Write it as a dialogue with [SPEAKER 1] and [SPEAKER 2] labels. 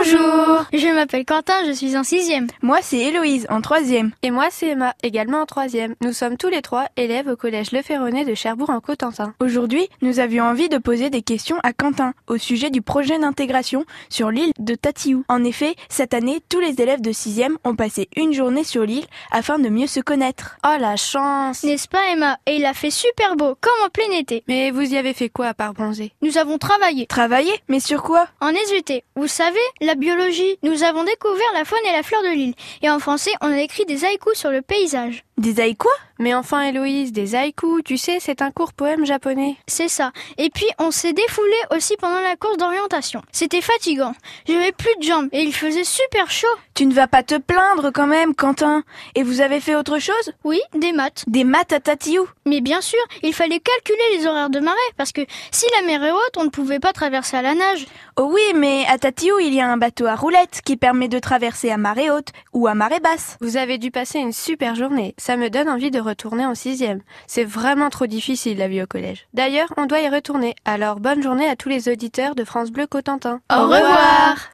[SPEAKER 1] Bonjour Je m'appelle Quentin, je suis en sixième.
[SPEAKER 2] Moi, c'est Héloïse, en troisième.
[SPEAKER 3] Et moi, c'est Emma, également en troisième. Nous sommes tous les trois élèves au collège Le Ferronnet de Cherbourg en Cotentin.
[SPEAKER 2] Aujourd'hui, nous avions envie de poser des questions à Quentin au sujet du projet d'intégration sur l'île de Tatiou. En effet, cette année, tous les élèves de sixième ont passé une journée sur l'île afin de mieux se connaître.
[SPEAKER 3] Oh la chance
[SPEAKER 1] N'est-ce pas Emma Et il a fait super beau, comme en plein été.
[SPEAKER 3] Mais vous y avez fait quoi à part bronzer
[SPEAKER 1] Nous avons travaillé
[SPEAKER 2] Travailler Mais sur quoi
[SPEAKER 1] en SVT. Vous savez, la biologie. Nous avons découvert la faune et la fleur de l'île. Et en français, on a écrit des haïkus sur le paysage.
[SPEAKER 2] Des haïkus
[SPEAKER 3] Mais enfin, Héloïse, des haïkus, tu sais, c'est un court poème japonais.
[SPEAKER 1] C'est ça. Et puis, on s'est défoulé aussi pendant la course d'orientation. C'était fatigant. J'avais plus de jambes et il faisait super chaud.
[SPEAKER 2] Tu ne vas pas te plaindre quand même, Quentin. Et vous avez fait autre chose
[SPEAKER 1] Oui, des maths.
[SPEAKER 2] Des maths à Tatiou
[SPEAKER 1] Mais bien sûr, il fallait calculer les horaires de marée parce que si la mer est haute, on ne pouvait pas traverser à la nage.
[SPEAKER 2] Oh oui, mais à Tatiou, il y a un bateau à roulettes qui permet de traverser à marée haute ou à marée basse.
[SPEAKER 3] Vous avez dû passer une super journée. Ça me donne envie de retourner en sixième. C'est vraiment trop difficile la vie au collège. D'ailleurs, on doit y retourner. Alors, bonne journée à tous les auditeurs de France Bleu Cotentin.
[SPEAKER 1] Au revoir.